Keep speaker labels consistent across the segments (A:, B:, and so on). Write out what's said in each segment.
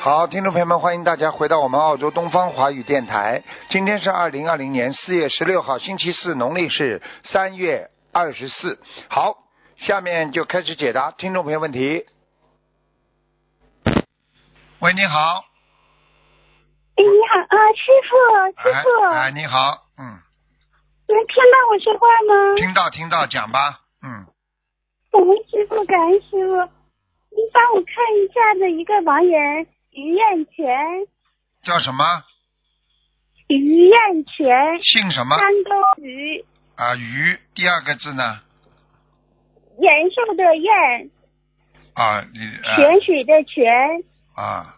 A: 好，听众朋友们，欢迎大家回到我们澳洲东方华语电台。今天是二零二零年四月十六号，星期四，农历是三月二十四。好，下面就开始解答听众朋友问题。喂，你好，
B: 哎，你好啊，师傅，师
A: 哎
B: 傅，
A: 哎，你好，嗯，
B: 能听到我说话吗？
A: 听到听到，讲吧，嗯，
B: 感恩师傅，感恩师傅，你帮我看一下的一个亡人于艳全，
A: 叫什么？
B: 于艳全，
A: 姓什么？
B: 山东于，
A: 啊，于，第二个字呢？
B: 延寿的燕，
A: 啊，你啊
B: 泉水的泉，
A: 啊，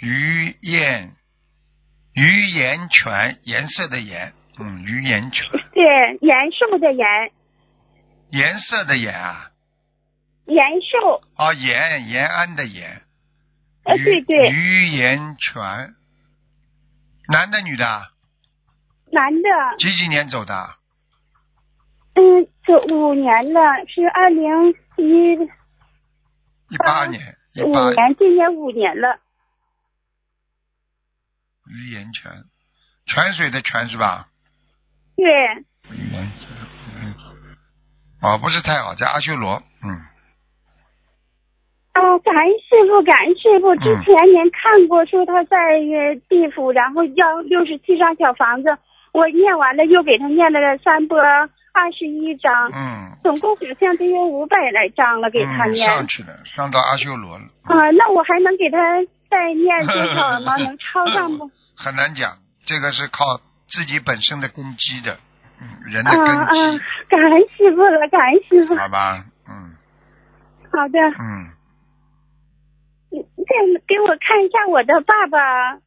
A: 于燕，于颜泉，颜色的颜，嗯，于颜泉，
B: 对，延寿的延，
A: 颜色的颜啊，
B: 延寿，
A: 哦，延延安的延，
B: 呃，
A: 于
B: 对对，
A: 于颜泉，男的女的啊？
B: 男的，
A: 几几年走的啊？
B: 嗯，这五年了，是二零一
A: 一
B: 八
A: 八年，一
B: 呃五
A: 八
B: 年，今年五年了，
A: 于颜泉，泉水的泉是吧？
B: 对，
A: 于颜泉，嗯哦，不是太好，在阿修罗，嗯。
B: 啊，感恩师傅，感恩师
A: 嗯
B: 傅。之前您看过说他在呃地府，然后要六十七张小房子，我念完了又给他念了三波二十一张，
A: 嗯，
B: 总共好像得有五百来张了，给他
A: 嗯、
B: 念。
A: 上去了，上到阿修罗了，嗯
B: 啊，那我还能给他再念多少 吗？能超上不？
A: 很难讲。这个是靠自己本身的根基的，嗯，人的
B: 啊啊
A: 根基，，
B: 感恩师傅了，感恩师傅。
A: 好吧？嗯
B: 好的，
A: 嗯，
B: 你再给我看一下我的爸爸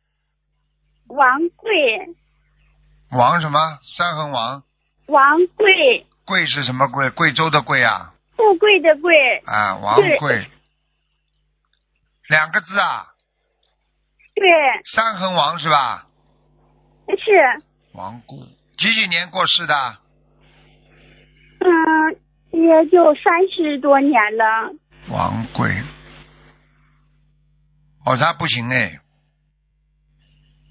B: 王贵，
A: 王什么？三横王，
B: 王贵，
A: 贵是什么贵？贵州的贵啊
B: 富贵的贵。
A: 啊，王
B: 对
A: 贵，两个字啊，
B: 对，
A: 三横王是吧？
B: 是，
A: 王贵，几几年过世的？
B: 嗯，也有三十多年了。
A: 王贵，哦，他不行哎。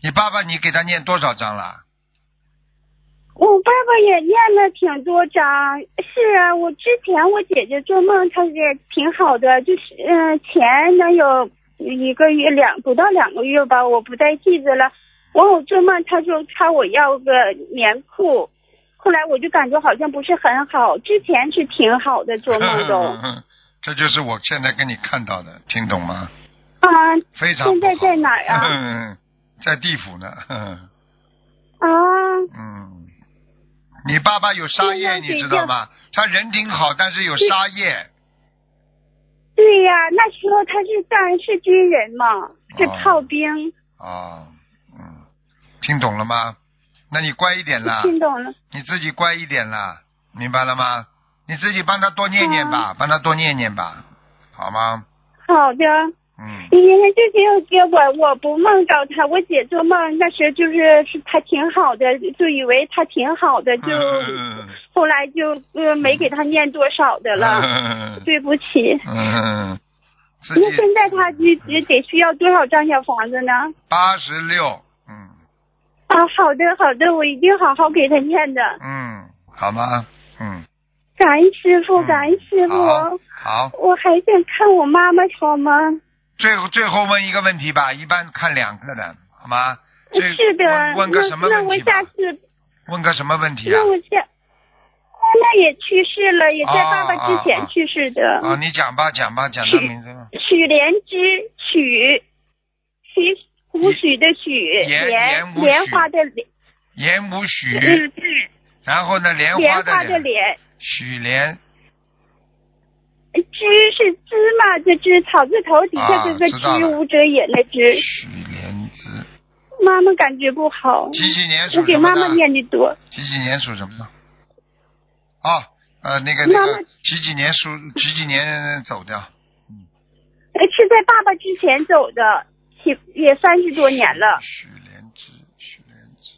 A: 你爸爸，你给他念多少章了？
B: 我爸爸也念了挺多章，是啊，我之前我姐姐做梦，她也挺好的，就是嗯、前能有一个月两不到两个月吧，我不太记得了。完我做梦，她就朝我要个棉裤，后来我就感觉好像不是很好，之前是挺好的做梦中，
A: 嗯 这就是我现在给你看到的，听懂吗？
B: 啊
A: 非常不好
B: 现在在哪儿啊？
A: 在地府呢。
B: 啊，
A: 嗯，你爸爸有沙业，
B: 现在
A: 你知道吗？他人挺好，但是有沙业。
B: 对呀、那时候他是当然是军人嘛，是炮兵，
A: 哦，嗯，听懂了吗？那你乖一点啦，
B: 听懂了。
A: 你自己乖一点啦，明白了吗？你自己帮他多念念吧，帮他多念念吧，好吗？
B: 好的，
A: 嗯，
B: 你看这些结果我不梦到他，我姐做梦那时候就是是他挺好的，就以为他挺好的，就、
A: 嗯
B: 后来就呃没给他念多少的了，
A: 嗯
B: 对不起。
A: 嗯，自己
B: 那现在他就只得需要多少张小房子呢？
A: 八十六，嗯
B: 啊，好的好的，我一定好好给他念的。
A: 嗯，好吗？嗯，
B: 感恩师傅，
A: 嗯
B: 感恩师傅。
A: 好，好
B: 我还想看我妈妈好吗？
A: 最后最后问一个问题吧，一般看两个的，好吗？最
B: 嗯是的，
A: 问问个什么
B: 那
A: 问
B: 那我
A: 题吧
B: 下？次，
A: 问个什么问题啊
B: 那？我下，啊那也去世了，也在
A: 啊
B: 爸爸之
A: 啊啊
B: 前去世的。
A: 啊，你讲吧，讲吧，讲他名字吧。
B: 许莲之，许，许无许的许，
A: 莲莲
B: 莲
A: 无
B: 莲
A: 许
B: 花的莲，
A: 严无许，
B: 嗯，
A: 然后呢，莲
B: 莲
A: 花
B: 花的
A: 的莲，
B: 莲，
A: 许莲
B: 枝是芝麻的枝，草字头底
A: 啊
B: 下这个
A: 知道
B: 知，
A: 了
B: 无者也那知。
A: 许莲子，
B: 妈妈感觉不好，
A: 几几年
B: 我
A: 属
B: 给
A: 什么
B: 妈妈
A: 的？
B: 念的多。
A: 几几年属什么的？哦，呃，那个那
B: 妈
A: 个
B: 妈，
A: 几几年属几几年走掉？
B: 呃是在爸爸之前走的，也也三十多年了。
A: 许莲枝，许莲枝。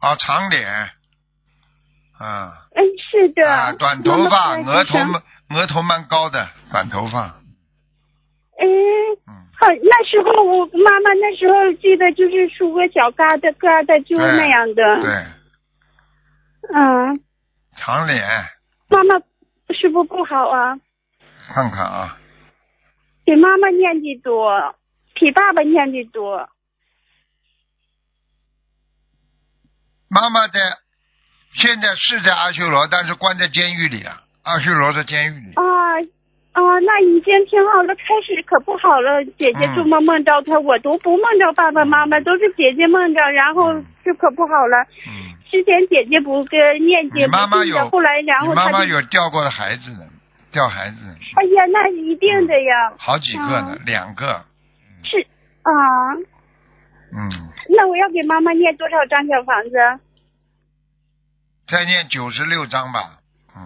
A: 啊，长脸，啊，
B: 嗯，是的。
A: 啊短头发，
B: 妈妈
A: 额
B: 在
A: 头
B: 身上
A: 蛮额头蛮高的，短头发，
B: 嗯，
A: 嗯，
B: 好，那时候我妈妈那时候记得就是梳个小疙瘩疙瘩，就是那样的。
A: 对，
B: 嗯，
A: 长脸，
B: 妈妈是不是不好啊？
A: 看看啊，
B: 比妈妈念的多，比爸爸念的多。啊
A: 妈妈在现在是在阿修罗，但是关在监狱里啊，阿修罗的监狱里。
B: 啊啊，那已经挺好了。开始可不好了，姐姐
A: 嗯
B: 做梦梦到他，我都不梦到爸爸妈妈，都是姐姐梦到，然后就可不好了。
A: 嗯，
B: 之前姐姐不跟念姐
A: 你妈妈
B: 不信的
A: 有
B: 后来然后
A: 你妈
B: 她
A: 妈
B: 就，
A: 有掉过的孩子的，掉孩子
B: 哎呀，那一定的呀，
A: 好几个呢，
B: 嗯
A: 两个。
B: 是啊。
A: 嗯，
B: 那我要给妈妈念多少张小房子？
A: 再念九十六章吧。嗯，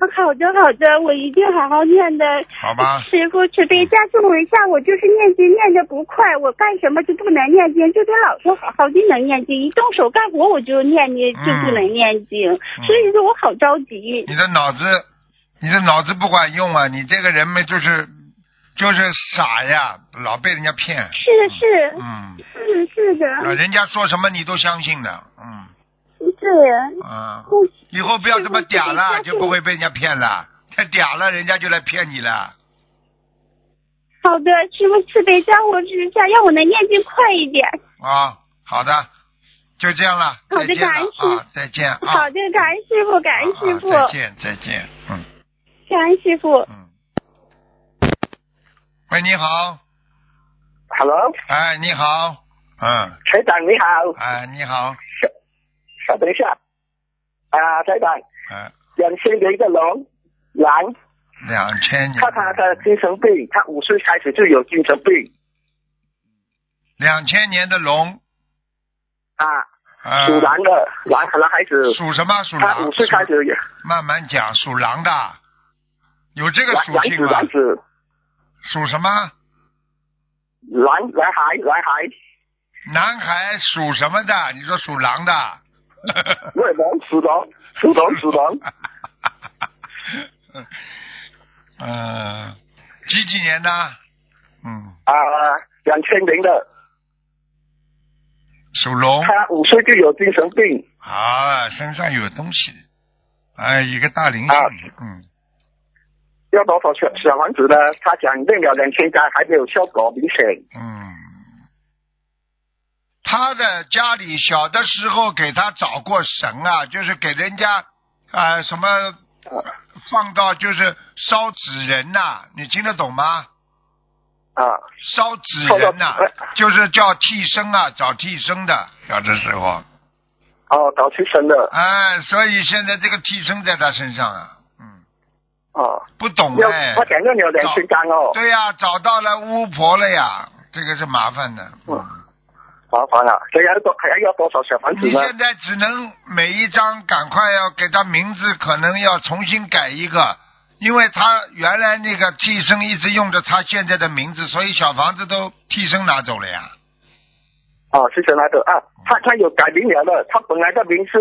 B: 我好的好的，我一定好好念的。
A: 好吧。嗯
B: 师傅慈悲加持我一下，我就是念经念的不快，我干什么就不能念经，就得老是好好的能念经，一动手干活我就念经就不
A: 嗯
B: 能念经，所以说我好着 急。
A: 你的脑子，你的脑子不管用啊！你这个人嘛，就是就是傻呀，老被人家骗。
B: 是是
A: 嗯，
B: 是是的，
A: 啊人家说什么你都相信的。嗯
B: 对。
A: 啊，
B: 我
A: 以后不要这么嗲了，就不会被人家骗了。太嗲了，人家就来骗你了。
B: 好的，师傅慈悲加我一下，让我能念经快一点。
A: 啊，好的，就这样了，
B: 好
A: 再
B: 的
A: 见
B: 感
A: 了
B: 恩
A: 啊，再见啊，
B: 好的，感恩师傅，感恩师傅，
A: 啊啊再见，再见，嗯
B: 感恩师傅。
A: 嗯。喂，你好，
C: Hello，
A: 哎，你好，嗯，
C: 台长你好，
A: 哎，你好，
C: 稍等一下。啊，台长，
A: 哎，
C: 两千的一个龙狼，
A: 嗯两千年
C: 看，他的精神病，他五岁开始就有精神病
A: 两千年的龙，
C: 啊，
A: 呃，
C: 属狼的狼可能孩子，
A: 属什么？属
C: 他
A: 狼
C: 五，岁开
A: 属
C: 始有
A: 慢慢讲，属狼的，有这个
C: 狼
A: 属
C: 狼
A: 性
C: 子
A: 吗
C: 狼？子
A: 属什么？
C: 狼男孩男孩，
A: 男孩属什么的？你说属狼的，
C: 为龙属龙属龙属龙，
A: 嗯，几几年的？嗯，
C: 啊，两千零的，
A: 属龙
C: 他五岁就有精神病
A: 啊，身上有东西，哎，一个大灵性
C: 啊，
A: 嗯，
C: 要多少小小王子呢？他讲练了两千张还没有效果明显，
A: 嗯，他的家里小的时候给他找过神啊，就是给人家啊、呃什么放到就是烧纸人呐、你听得懂吗？
C: 啊，
A: 烧纸人呐、
C: 烧到
A: 就是叫替身啊，找替身的，小的时候，
C: 哦，搞精神的，
A: 哎，所以现在这个替身在他身上啊，嗯，
C: 哦。
A: 不懂
C: 要
A: 哎，
C: 他讲要有两千张哦，
A: 对呀、找到了巫婆了呀，这个是麻烦的。
C: 嗯麻烦了，这样多还要多少小房子
A: 你
C: 呢？
A: 现在只能每一张赶快要给他名字，可能要重新改一个，因为他原来那个替身一直用着他现在的名字，所以小房子都替身拿走了呀。
C: 哦，是谁来的啊？他他有改名了的，他本来的名是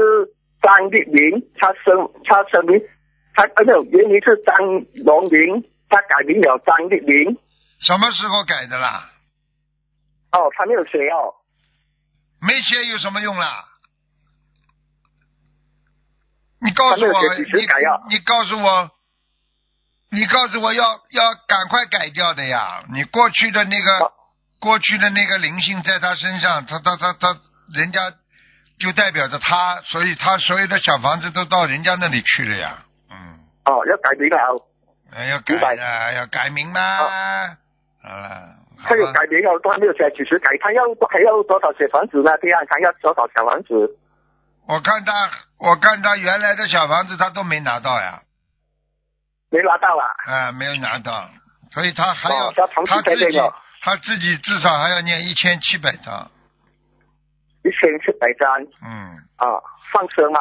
C: 张立明，他生他生名，他呃没有原名是张龙明，他改名了张立明。
A: 什么时候改的啦？
C: 哦，他没有写哦，
A: 没写有什么用啦？你告诉
C: 他没有
A: 我，
C: 写几时改呀
A: 你你告诉我，你告诉我要要赶快改掉的呀！你过去的那个、
C: 啊
A: 过去的那个灵性在他身上，他他他他，人家就代表着他，所以他所有的小房子都到人家那里去了呀。嗯，
C: 哦，要改名了，
A: 哎要
C: 明
A: 改
C: 白
A: 的，要改名嘛。好了，好
C: 他有
A: 了
C: 改名了，他没有写几时改，他要还要多少小房子呢？这样他要多少小房子？
A: 我看他，我看他原来的小房子他都没拿到呀。
C: 没拿到啊？
A: 啊，没有拿到，所以他还要、
C: 哦他长期
A: 他
C: 在
A: 自
C: 这
A: 己
C: 个
A: 他自己至少还要念一千七百张，
C: 一千七百张
A: 嗯，
C: 啊，放生吗？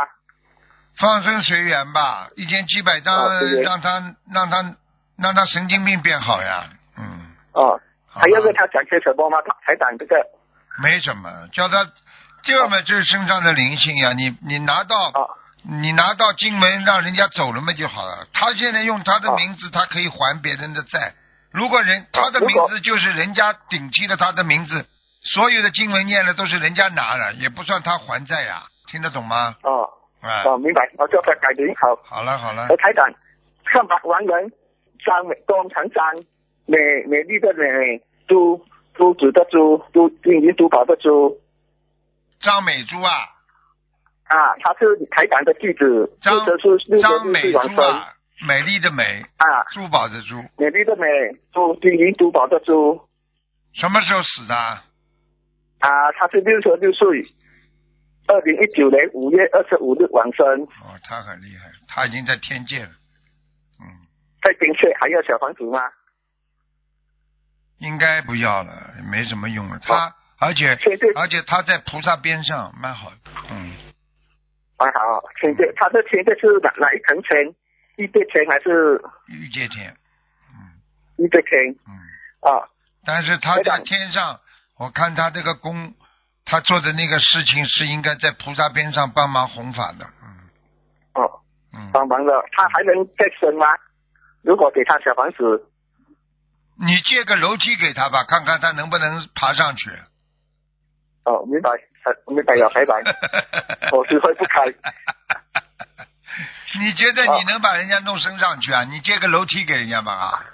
A: 放生随缘吧，一千七百张、
C: 哦随缘
A: 让他让他让他神经病变好呀，嗯，
C: 哦，
A: 好吧
C: 还要跟他讲些什么吗？他台长这个
A: 没什么，叫他这嘛就是身上的灵性呀，你你拿到、
C: 啊。
A: 你拿到经文让人家走了嘛就好了，他现在用他的
C: 哦
A: 名字，他可以还别人的债，如果人他的
C: 如
A: 名
C: 果
A: 字就是人家顶替了他的名字，所有的经文念了都是人家拿了，也不算他还债呀、听得懂吗？
C: 哦
A: 啊，
C: 哦，明白，我叫他改名好。
A: 好了好了
C: 而，台长，上百万人，三美工长山，美美丽的美，珠珠子的珠，珠金银珠宝的珠
A: 张美珠啊，
C: 啊，他是台长的弟子，
A: 张
C: 这是六
A: 张
C: 个
A: 美
C: 是往
A: 珠
C: 生
A: 啊，美丽的美，
C: 啊，
A: 珠宝的珠，
C: 美丽的美，珠金银珠宝的珠
A: 什么时候死的啊？
C: 啊，他是六十六岁，二零一九年五月二十五日往生，
A: 哦，他很厉害，他已经在天界了，嗯，
C: 在冰雪还要小房子吗？
A: 应该不要了，也没什么用了。他而且
C: 谢谢
A: 而且他在菩萨边上，蛮好的，嗯，
C: 还好，签证，他的签证是哪哪一层签？一对签还是
A: 玉界天，
C: 一对签？
A: 嗯。
C: 啊，
A: 但是他
C: 台
A: 在
C: 长
A: 天上，我看他这个功，他做的那个事情是应该在菩萨边上帮忙弘法的。
C: 哦，
A: 嗯嗯，
C: 帮忙了，他还能再生吗？如果给他小房子，
A: 你借个楼梯给他吧，看看他能不能爬上去。
C: 哦，明白，呃明白了，拜拜。我只会不开。
A: 你觉
C: 啊
A: 得你能把人家弄升上去啊？你借个楼梯给人家吧啊！，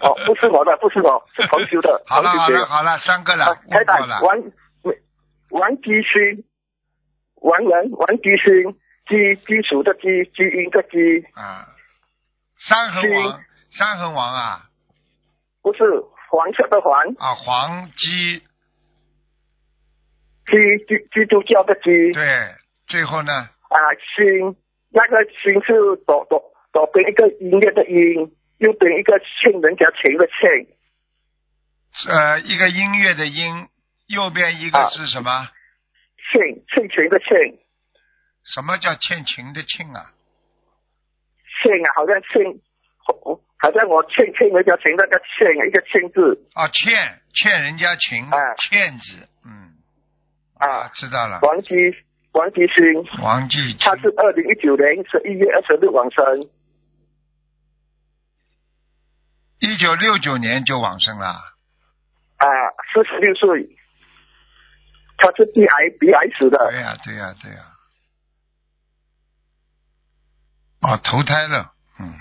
C: 哦，不是我的，不是我，是同修的
A: 好了
C: 同
A: 好
C: 修
A: 了
C: 的。
A: 好了，三个了，
C: 啊
A: 问
C: 台
A: 过
C: 长
A: 了，。
C: 王王基勋，王人王基勋，基基础的基，基因的基，
A: 啊，三横王
C: 是，
A: 三横王啊
C: 不是黄色的黄，
A: 啊，黄鸡
C: 基基基督教的基。
A: 对，最后呢，
C: 啊，心，那个心是左左左边一个音乐的音，右边一个欠人家钱的欠，
A: 呃，一个音乐的音，右边一个
C: 啊
A: 是什么？
C: 欠欠钱的欠，
A: 什么叫欠情的情啊？
C: 欠啊，好像欠，哦好像我欠欠人家钱那个欠一个欠字
A: 啊，欠欠人家情，
C: 哎
A: 欠字，嗯，
C: 啊。
A: 知道了。
C: 王基王基勋，
A: 王继清
C: 他是二零一九年十一月二十日晚生，
A: 一九六九年就往生了，
C: 啊，四十六岁，他是鼻癌鼻癌死的，
A: 对呀、对呀、对呀、哦，投胎了，嗯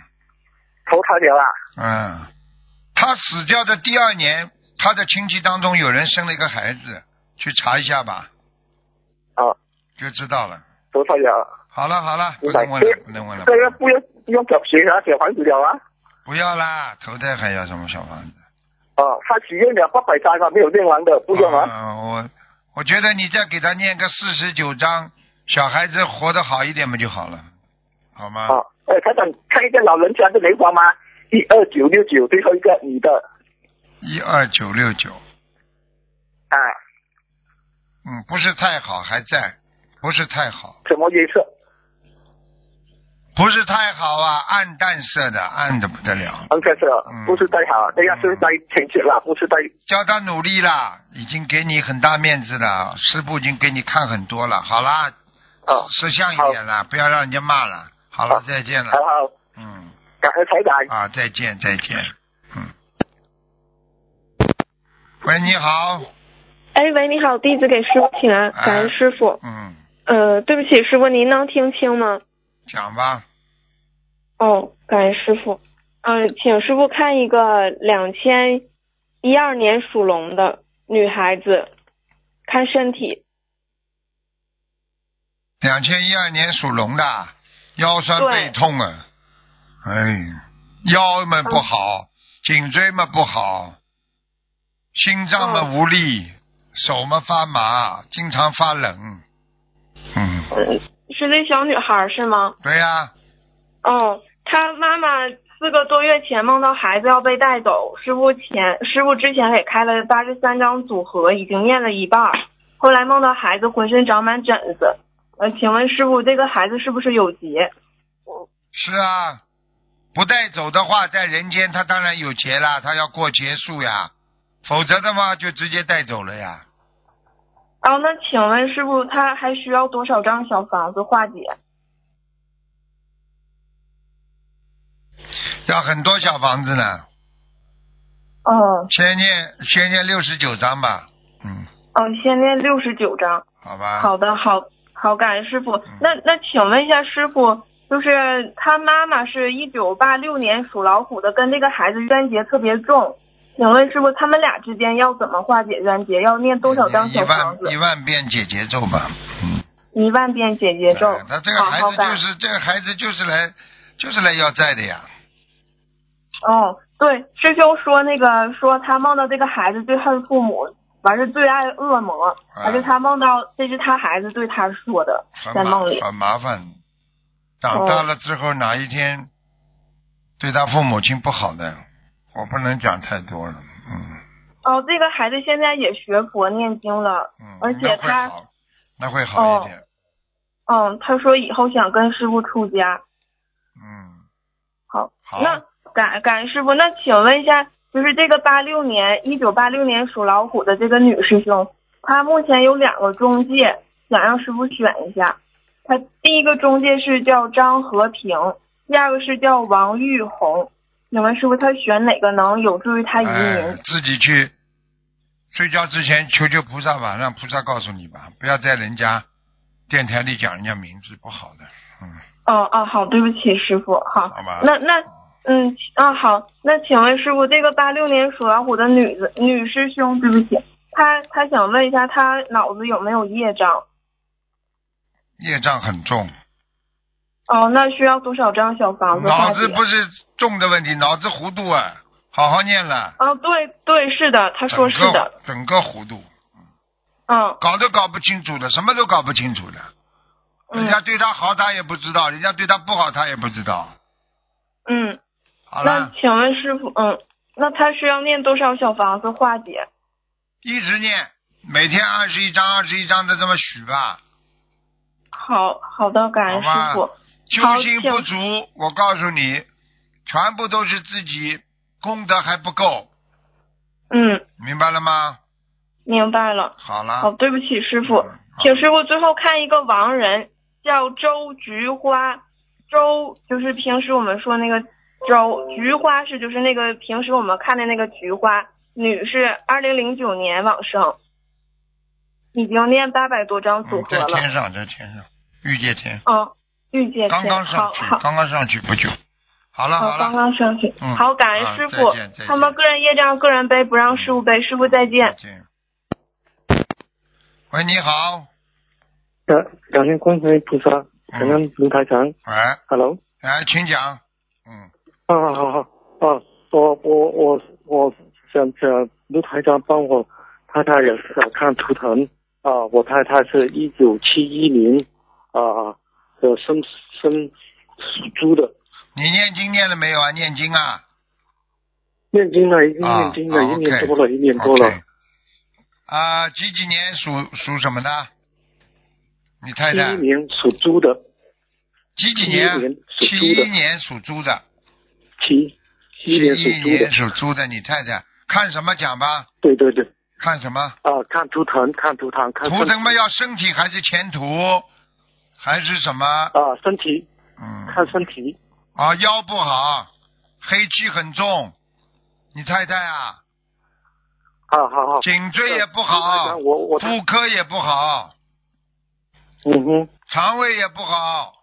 C: 投胎了啊，
A: 嗯，他死掉的第二年，他的亲戚当中有人生了一个孩子，去查一下吧，
C: 哦，
A: 就知道了。
C: 投胎了，
A: 好了好了，不
C: 明白
A: 能问了，不能问了，
C: 这个不用不用找谁啊，小房子了啊。
A: 不要啦，投胎还要什么小房子？
C: 哦，他许愿了八百张啊，没有念完的，不用啊。
A: 啊我我觉得你再给他念个四十九章，小孩子活得好一点不就好了，好吗？
C: 哦，哎，台长，看一个老人家的莲花吗？一二九六九，最后一个女的
A: 一二九六九，
C: 啊，
A: 嗯，不是太好，还在，不是太好，
C: 什么颜色？
A: 不是太好啊，暗淡色的，暗的不得了，
C: 黄色色
A: 嗯，
C: 不是太好，这个是在天气啦，不是在
A: 叫他努力啦，已经给你很大面子了，师傅已经给你看很多了，好啦，
C: 哦。
A: 识相一点啦，不要让人家骂了，好了，
C: 好
A: 再见
C: 好
A: 了，
C: 好，
A: 嗯，
C: 感恩台长。
A: 啊，再见，再见，嗯，喂，你好。
D: 哎喂，你好，弟子给师傅请安，感恩师傅。
A: 嗯，
D: 呃，对不起，师傅，您能听清吗？
A: 讲吧，
D: 哦，感恩师傅。嗯、请师傅看一个两千一二年属龙的女孩子，看身体。
A: 两千一二年属龙的，腰酸背痛啊，哎，腰嘛不好，颈椎嘛不好，心脏嘛
D: 哦
A: 无力，手嘛发麻，经常发冷。嗯，
D: 嗯，是那小女孩是吗？
A: 对呀、
D: 哦，她妈妈四个多月前梦到孩子要被带走，师傅前师傅之前给开了八十三张组合，已经念了一半儿，后来梦到孩子浑身长满疹子。呃，请问师傅，这个孩子是不是有劫？
A: 是啊，不带走的话，在人间他当然有劫啦，他要过劫数呀，否则的话就直接带走了呀。
D: 哦，那请问师傅，他还需要多少张小房子化解？
A: 要很多小房子呢，
D: 嗯
A: 先念先念六十九章吧，嗯，
D: 嗯，先念六十九章。
A: 好吧。
D: 好的，好好，感恩师傅。
A: 嗯
D: 那那请问一下师傅，就是他妈妈是一九八六年属老虎的，跟这个孩子冤结特别重，请问师傅他们俩之间要怎么化解冤结？要念多少张
A: 一
D: 小
A: 万
D: 房子
A: 一？万遍解结咒吧，嗯。
D: 一万遍解结咒
A: 哎。那这个
D: 好
A: 孩
D: 好
A: 子
D: 感
A: 就
D: 恩
A: 是这个孩子就是来就是来要债的呀，
D: 哦，对，师兄说那个说他梦到这个孩子最恨父母，完是最爱恶魔，
A: 嗯
D: 完是他梦到这是他孩子对他说的，
A: 很
D: 在
A: 麻
D: 梦里。哦
A: 很麻烦。长大了之后哪一天对他父母亲不好的，我不能讲太多了，嗯
D: 哦，这个孩子现在也学佛念经了，
A: 嗯。
D: 而且
A: 那会
D: 他
A: 好，那会好一
D: 哦
A: 点，
D: 嗯，他说以后想跟师傅出家。
A: 嗯。
D: 好，
A: 好
D: 那感感恩师傅，那请问一下，就是这个八六年，一九八六年属老虎的这个女师兄，她目前有两个中介，想让师傅选一下。她第一个中介是叫张和平，第二个是叫王玉红，请问师傅，她选哪个能有助于她移
A: 哎
D: 民？，
A: 自己去睡觉之前求求菩萨吧，让菩萨告诉你吧，不要在人家电台里讲人家名字，不好的。嗯，
D: 哦哦，好，对不起，师傅，好，
A: 好吧
D: 那那。嗯啊好，那请问师傅，这个八六年属老虎的女子女师兄，对不起，她她想问一下，她脑子有没有业障？
A: 业障很重，
D: 哦，那需要多少张小房子化
A: 脑
D: 解？
A: 子不是重的问题，脑子糊涂啊，好好念了。
D: 啊，对对，是的，他说是的，
A: 整个整个糊涂，
D: 嗯
A: 搞都搞不清楚的，什么都搞不清楚的。人
D: 嗯
A: 家对他好，他也不知道；人家对他不好，他也不知道。
D: 嗯。
A: 好
D: 那
A: 了，
D: 请问师傅，嗯，那他是要念多少小房子化解？
A: 一直念，每天二十一章、二十一章的这么许吧。
D: 好好的，感恩
A: 好吧
D: 师傅。
A: 修心不足，我告诉你，全部都是自己功德还不够，
D: 嗯，
A: 明白了吗？
D: 明白了。
A: 好
D: 好，
A: 了，
D: 对不起，师傅
A: 啊嗯，
D: 请师傅最后看一个亡人，叫周菊花。周就是平时我们说那个周，菊花是就是那个平时我们看的那个菊花，女是二零零九年往生，已经念八百多张组
A: 嗯，
D: 合
A: 在
D: 了。
A: 天上，在天上，御界天，
D: 嗯，遇见
A: 刚刚上
D: 好
A: 去，
D: 好。
A: 刚刚上去不久。好了
D: 好，
A: 好
D: 刚
A: 了，
D: 刚上去。
A: 嗯
D: 好，感恩
A: 好
D: 师傅
A: 再见再见。
D: 他们个人业障个人背，不让师傅背。师傅再见
A: 再。见。喂，你好，
E: 感感谢观世音菩萨，
A: 嗯
E: 感恩卢台长。
A: 喂，
E: Hello，
A: 来，哎请讲。嗯，
E: 啊，好好啊，我我我我想请卢台长帮我太太也想看图腾啊，我太太是一九七一年啊的生生属猪的，
A: 你念经念了没有啊？念经啊？
E: 念经了，已经
A: 啊
E: 念经了，
A: 啊
E: 一年
A: OK
E: 多了，一年多了
A: OK 啊，几几年属属什么的？你太
E: 七
A: 太
E: 一年属猪的，
A: 几几年啊
E: 71年？属
A: 七
E: 猪的
A: 一年属猪的。
E: 七七一年属
A: 71
E: 猪的
A: 年，属猪的，你太太看什么讲吧？
E: 对对对，
A: 看什么？
E: 啊，看图腾，看图腾，看
A: 图
E: 身
A: 腾嘛，要身体还是前途，还是什么？
E: 啊身体，
A: 嗯，
E: 看身体
A: 啊，腰不好，黑气很重，你太太啊，
E: 啊，好好，
A: 颈椎也不好，
E: 我我
A: 妇科也不好，
E: 嗯哼
A: 肠胃也不好，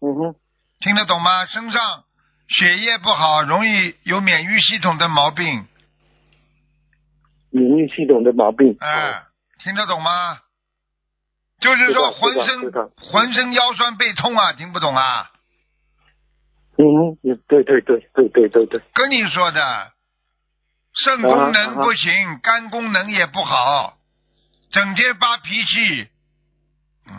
E: 嗯哼
A: 听得懂吗？身上血液不好，容易有免疫系统的毛病，
E: 免疫系统的毛病。
A: 哎、听得懂吗？就是说
E: 知道
A: 浑
E: 知
A: 身
E: 道
A: 浑身腰酸背痛啊，听不懂啊？
E: 嗯哼，也对对对对对对对，
A: 跟你说的，肾功能不行，肝功能也不好，整天发脾气，嗯，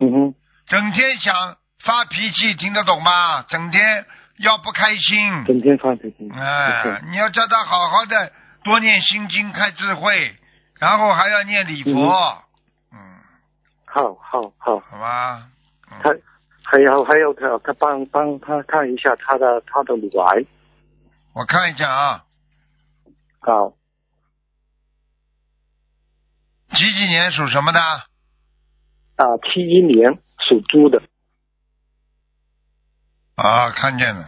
E: 嗯哼，
A: 整天想发脾气，听得懂吗？整天要不开心，
E: 整天发脾气。
A: 嗯哎，你要叫他好好的多念心经，开智慧，然后还要念礼佛，嗯，
E: 好好好，
A: 好吧，
E: 他还有还有他他帮帮他看一下他的他的乳癌。
A: 我看一下啊，
E: 好，
A: 几几年属什么的？
E: 啊，七一年属猪的，
A: 啊啊，看见了，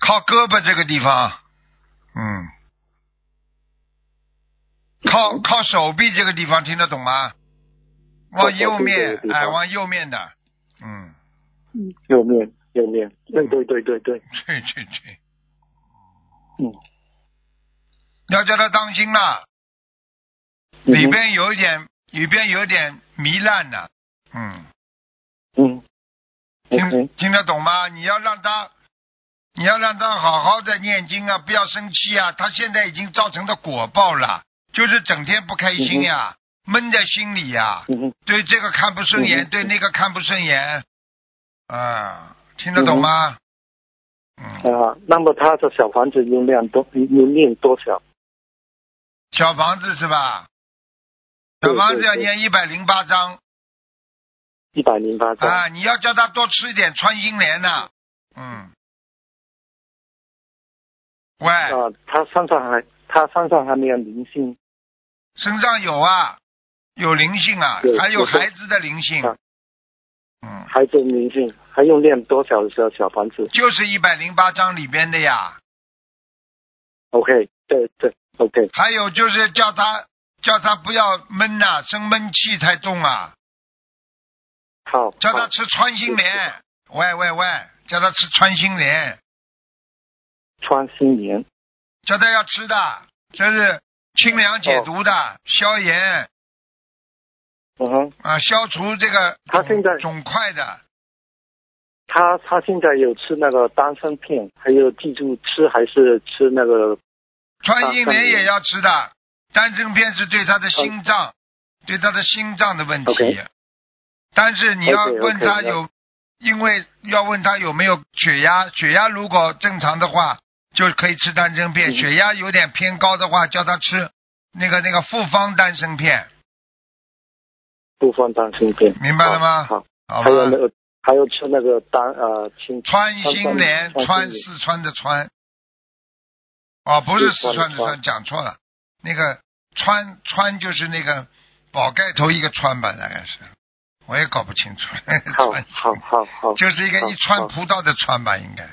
A: 靠胳膊这个地方，嗯，靠
E: 嗯
A: 靠手臂这个地方听得懂吗？往右
E: 靠手
A: 面
E: 臂这个地，方
A: 哎，往右面的，嗯，
E: 右面右面，对对对对对，
A: 去去去，
E: 嗯，
A: 要叫他当心了，
E: 嗯
A: 里边有一点，里边有点糜烂的，嗯，
E: 嗯
A: 听
E: ，OK，
A: 听得懂吗？你要让他，你要让他好好的念经啊，不要生气啊。他现在已经造成的果报了，就是整天不开心呀、闷在心里呀、
E: 嗯哼，
A: 对这个看不顺眼，
E: 嗯
A: 对那个看不顺眼，啊，听得懂吗？嗯，
E: 啊，那么他的小房子用量多用念多少？
A: 小房子是吧？
E: 对
A: 小房子要
E: 对对
A: 念一百零八章
E: 一百零八张，
A: 啊，你要叫他多吃一点穿心莲呐、嗯，喂，
E: 啊，他身上还他身上还没有灵性，
A: 身上有啊，有灵性啊，
E: 有
A: 还有
E: 有的
A: 孩子的灵性
E: 啊。
A: 嗯，
E: 还有灵性，还用念多少小小房子
A: 就是一百零八章里边的呀。
E: ？OK，对对，OK，
A: 还有就是叫他叫他不要闷呐、生闷气太重啊，
E: 好，
A: 叫
E: 好
A: 他吃穿心莲。喂喂喂，叫他吃穿心莲，
E: 穿新年，
A: 叫他要吃的，这是清凉
E: 哦
A: 解毒的，消炎
E: 嗯哼，
A: 啊，消除这个
E: 他现在
A: 肿块的。
E: 他他现在有吃那个丹参片，还有记住吃还是吃那个
A: 穿心
E: 丹参
A: 莲
E: 片
A: 也要吃的，丹参片是对他的心脏，对他的心脏的问题。
E: OK
A: 但是你要
E: OK，OK，
A: 问他有因为要问他有没有血压，血压如果正常的话，就可以吃丹参片；
E: 嗯
A: 血压有点偏高的话，叫他吃那个那个复方丹参片，
E: 不放丹参片，
A: 明白了吗
E: 好，
A: 好
E: 哦好
A: 吧
E: 还？有那个还有吃那个丹呃青
A: 穿心莲，川
E: 川川
A: 四川的川，哦，不是
E: 四
A: 四
E: 川
A: 川的
E: 的
A: 川，
E: 川
A: 讲错了，那个川川就是那个宝盖头一个川吧，大概是，我也搞不清 楚。
E: 好
A: 川
E: 好好好，
A: 就是一个
E: 好
A: 一川
E: 好
A: 葡萄的川吧，应该，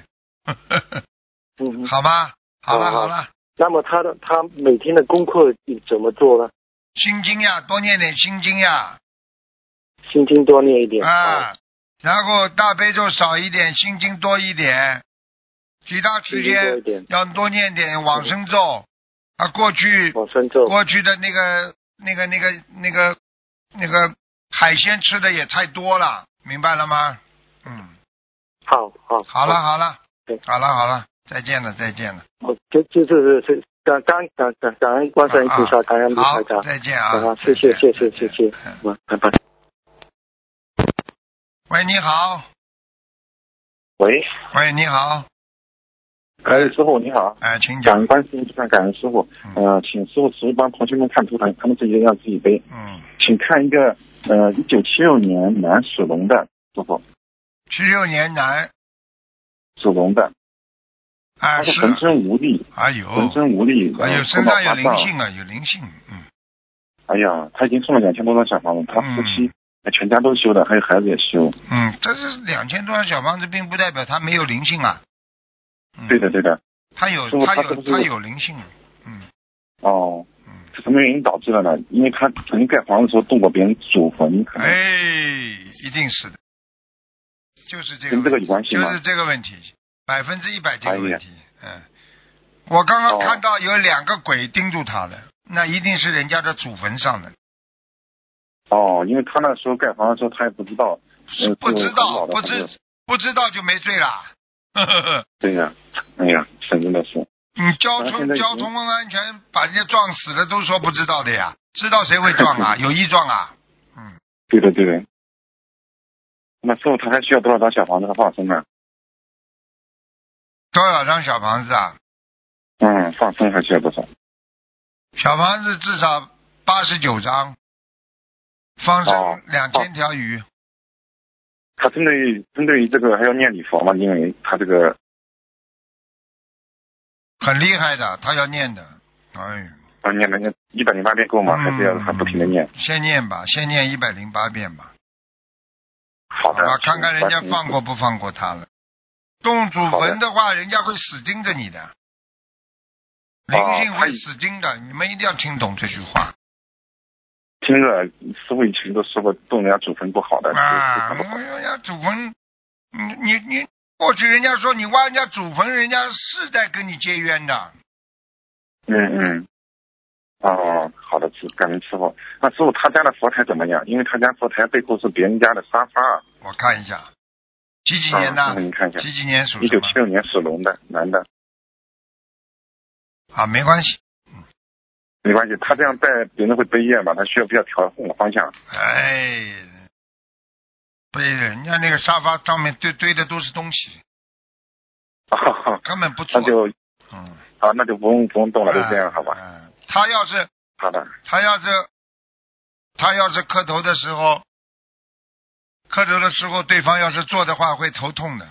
E: 嗯，嗯
A: 好吗？好了
E: 好
A: 好
E: 好
A: 了，
E: 那么他的他每天的功课怎么做呢？
A: 心经呀，多念点心经呀，
E: 心经多念一点
A: 啊，然后大悲咒少一点，心经多一点，其他时
E: 心经多一
A: 间
E: 点，
A: 要多念点往生咒，啊，过去
E: 往生咒，
A: 过去的那个、那个、那个、那个、那个海鲜吃的也太多了，明白了吗？嗯，
E: 好好
A: 好了，好了
E: 对，
A: 好了好了，再见了再见了，
E: 我就就是是感感感感感恩观世音菩萨，感恩卢
A: 好
E: 台长，，
A: 再见
E: 好
A: 啊
E: 吧，，谢谢
A: 再
E: 谢
A: 见
E: 谢谢谢
A: 再见，嗯
E: 嗯，拜拜。
A: 喂，你好，
F: 喂，
A: 喂，你好，
F: 哎，师傅你好，
A: 哎，请
F: 感
A: 讲
F: 恩，关心菩萨，感恩师傅。呃，请师傅慈悲帮同学们看图腾，他们自己要自己背。
A: 嗯，
F: 请看一个呃，一九七六年男属龙的师傅，
A: 七六年男，
F: 属龙的，
A: 哎
F: 他是
A: 是，
F: 浑身无力，
A: 哎呦，
F: 浑身无力，
A: 哎
F: 呃
A: 呦，身
F: 头
A: 上有
F: 脑发
A: 灵
F: 胀。
A: 性啊，有灵性，嗯，
F: 哎呀，他已经送了两千多张小房子，他夫妻、呃全家都修的，还有孩子也修。
A: 嗯，但是两千多张小房子并不代表他没有灵性啊，嗯
F: 对的，，对的。
A: 他有
F: 师傅
A: 他
F: 他
A: 有
F: 是不是
A: 他有灵性，嗯
F: 哦，
A: 嗯。
F: 是什么原因导致的呢？因为他曾经盖房子的时候动过别人祖坟，可能
A: 哎，一定是的，就是这个
F: 跟这个
A: 问
F: 有
A: 题，
F: 关系吗
A: 就是这个问题，百分之一百这
F: 哎
A: 个
F: 呀
A: 问题。嗯，我刚刚
F: 哦
A: 看到有两个鬼盯住他了，那一定是人家的祖坟上的，
F: 哦，因为他那时候盖房的时候他也不知道，呃，
A: 不知道，
F: 是
A: 不
F: 很早的
A: 知不知道就没罪啦。 呵呵呵，
F: 对呀、哎呀，神真的是，
A: 你交
F: 那
A: 通
F: 现在已经
A: 交通安全把人家撞死了都说不知道的呀，知道谁会撞 啊？有意撞啊？嗯，
F: 对的对的。那之后他还需要多少张小房子和放生呢？
A: 多少张小房子啊？
F: 嗯，放生还需要多少？
A: 小房子至少八十九张，放
F: 哦
A: 生两千条鱼。
F: 他针对于针对于这个还要念礼佛嘛，因为他这个
A: 很厉害的，他要念的。哎，
F: 啊念了一百零八遍够吗？还是要
A: 嗯
F: 还不停的念？
A: 先念吧，先念一百零八遍吧，
F: 好
A: 好
F: 的
A: 吧，，啊看看人家
F: 行
A: 放。过不放过他了。动祖
F: 好的哦
A: 坟的话，人家会死盯着你的。灵性会死精的，你们一定要听懂这句话
F: 听着，师傅以前都说过，动人家祖坟不好的，
A: 啊！
F: 就是不好
A: 人家祖坟，你你你，过去人家说你挖人家祖坟，人家是在跟你结冤的。
F: 嗯嗯。哦，好的，师感恩师傅。那师傅他家的佛台怎么样？因为他家佛台背后是别人家的沙发。
A: 我看一下，几几年
F: 啊，
A: 的
F: 师傅？您看一下，
A: 几几年属
F: 一
A: 什
F: 九
A: 么
F: 七？六年属龙的男的，
A: 啊，没关系。
F: 没关系，他这样带别人会背业嘛，他需要不要调换个方向？
A: 哎，被人家那个沙发上面堆堆的都是东西，
F: 啊，
A: 根本不
F: 那
A: 做。
F: 就
A: 嗯，
F: 啊，那就不用不用动了，就这
A: 嗯
F: 样好吧？
A: 嗯，他要是
F: 好的，
A: 他要是他要是磕头的时候，磕头的时候，对方要是做的话，会头痛的。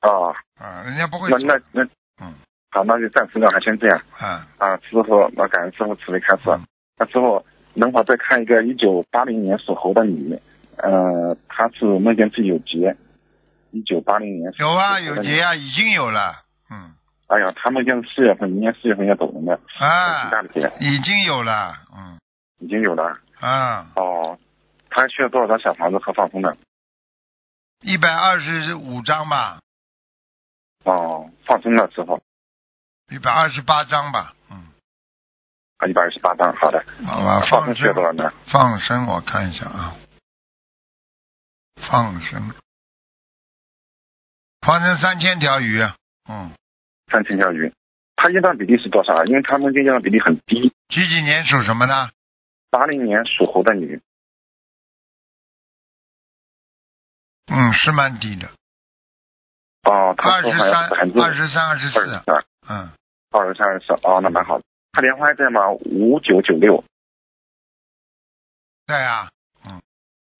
F: 啊，
A: 啊，人家不会
F: 那
A: 做。
F: 那那，
A: 嗯，
F: 好，那就暂时呢，还先这样
A: 啊，
F: 啊，师傅，那感恩师傅慈悲开示。啊
A: 嗯
F: 那之后能否再看一个一九八零年属猴的女？呃，她是梦见自己有劫，一九八零年。
A: 有啊，有劫。啊，已经有了。嗯，
F: 哎呀，她梦见是四月份，明年四月份要走人的，
A: 啊
F: 很，大的劫
A: 已经有了。嗯，
F: 已经有了。
A: 啊，
F: 哦，她需要多少张小房子和放空呢？
A: 一百二十五张吧，
F: 哦，放空了之后
A: 一百二十八张吧。嗯，
F: 啊，一百二十八张，好的。
A: 好吧，
F: 嗯放
A: 放
F: 空需要
A: 生
F: 多。少呢？
A: 放生，我看一下啊。放生，放生三千条鱼，嗯，
F: 三千条鱼。她业障比例是多少啊？因为她梦见业障比例很低。
A: 几几年属什么呢？
F: 八零年属猴的女，
A: 嗯，是蛮低的，
F: 哦，她
A: 二
F: 说
A: 十
F: 好
A: 三
F: 像是很、
A: 二十三、二十
F: 二十啊
A: 四，
F: 三，
A: 嗯，
F: 二十三二十四，哦，那蛮好的。他莲花还在吗？五九九六，
A: 对啊，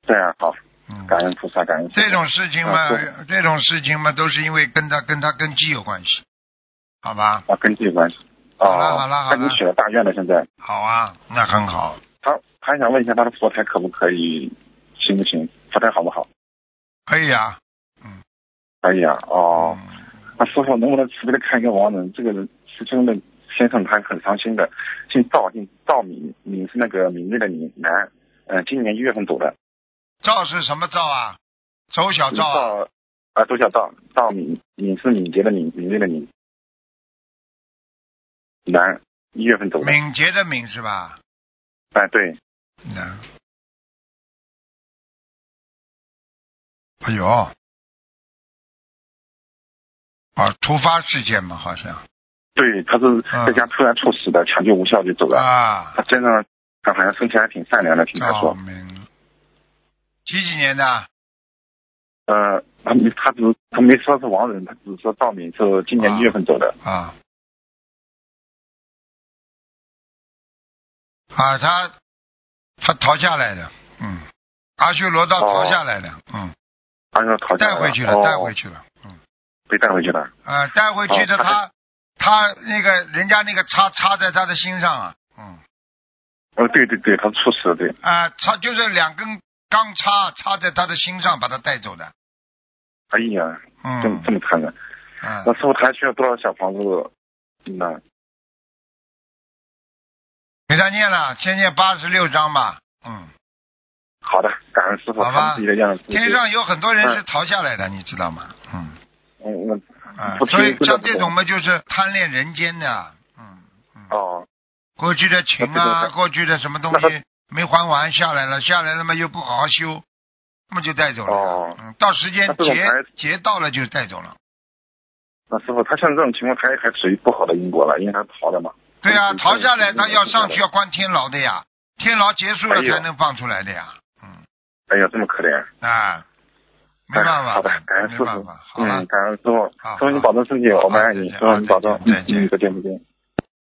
F: 这样啊好，
A: 嗯，
F: 感恩菩萨，感恩菩萨
A: 这种事情嘛
F: 啊对，
A: 这种事情嘛，都是因为跟他跟他根基有关系，好吧？
F: 啊，跟自己关系。哦，
A: 好了好了好了
F: 他已经许了大愿了，现在
A: 好啊，那很好，
F: 他他还想问一下他的佛台可不可以，行不行？佛台好不好？
A: 可以啊。
F: 可以啊，哦，
A: 嗯，
F: 那师傅能不能慈悲的看一个亡人？这个师兄的先生他很伤心的，姓赵，姓赵敏，敏是那个敏锐的敏，男，呃，今年一月份走的，
A: 赵是什么赵啊？走小赵啊，
F: 赵啊，都叫赵，赵敏，敏是敏捷的敏，敏锐的敏，男，一月份走的，
A: 敏捷的敏是吧？嗯
F: 哎，对，
A: 那，哎呦，啊，突发事件嘛，好像
F: 对，他是在家突然猝死的，抢救无效就走了。
A: 嗯啊，哦
F: 他真的，他好像生前还挺善良的，听他
A: 赵
F: 说，
A: 明，几几年的？
F: 呃，他没，他只他没说是亡人，他只说赵敏是今年
A: 啊
F: 一月份走的，
A: 啊啊，他他逃下来的，嗯，阿修罗道逃下来的，嗯，
F: 他说逃家
A: 带回去了，
F: 了，
A: 带回
F: 去，
A: 去了，嗯，
F: 被带回去了。
A: 啊，带回去的
F: 哦他
A: 他他那个人家那个叉插在他的心上啊，嗯
F: 哦，对对对，他猝死了，对，
A: 啊，插就是两根钢叉插在他的心上，把他带走的，
F: 哎呀，这么
A: 嗯
F: 这么惨的。
A: 嗯
F: 那，师傅他还需要多少小房子呢？
A: 给他念了，先念八十六章吧，嗯，
F: 好的，感恩师傅，
A: 好吧
F: 他们自己的样子。
A: 天上有很多人是
F: 嗯
A: 逃下来的，你知道吗？嗯。
F: 嗯，嗯
A: 啊，
F: 不
A: 所以
F: 听不
A: 像
F: 懂
A: 这种嘛，就是贪恋人间的，嗯，
F: 哦，
A: 过去的情
F: 那这
A: 啊，
F: 种
A: 过去的什么东
F: 那
A: 西没还完下来了，下来了嘛又不好好修，那么就带走了呀。
F: 哦
A: 嗯，到时间
F: 那这种
A: 劫
F: 还
A: 劫到了就带走了。
F: 那师傅他像这种情况，他也还属于不好的因果了，因为他逃的嘛。
A: 对呀、
F: 嗯
A: 逃下来他要上去。
F: 嗯
A: 要关天牢的呀，天牢结束了
F: 哎呦
A: 才能放出来的呀。
F: 哎呀，这么可怜。
A: 啊，没办
F: 哎
A: 法
F: 好的，感恩
A: 没
F: 师傅。
A: 办法。好了
F: 嗯，，感恩师傅。
A: 好
F: 师傅你保重身体，
A: 好
F: 我们
A: 好
F: 爱
A: 再
F: 你。
A: 见
F: 师傅你保重
A: 好，再见
F: 嗯再见，再见。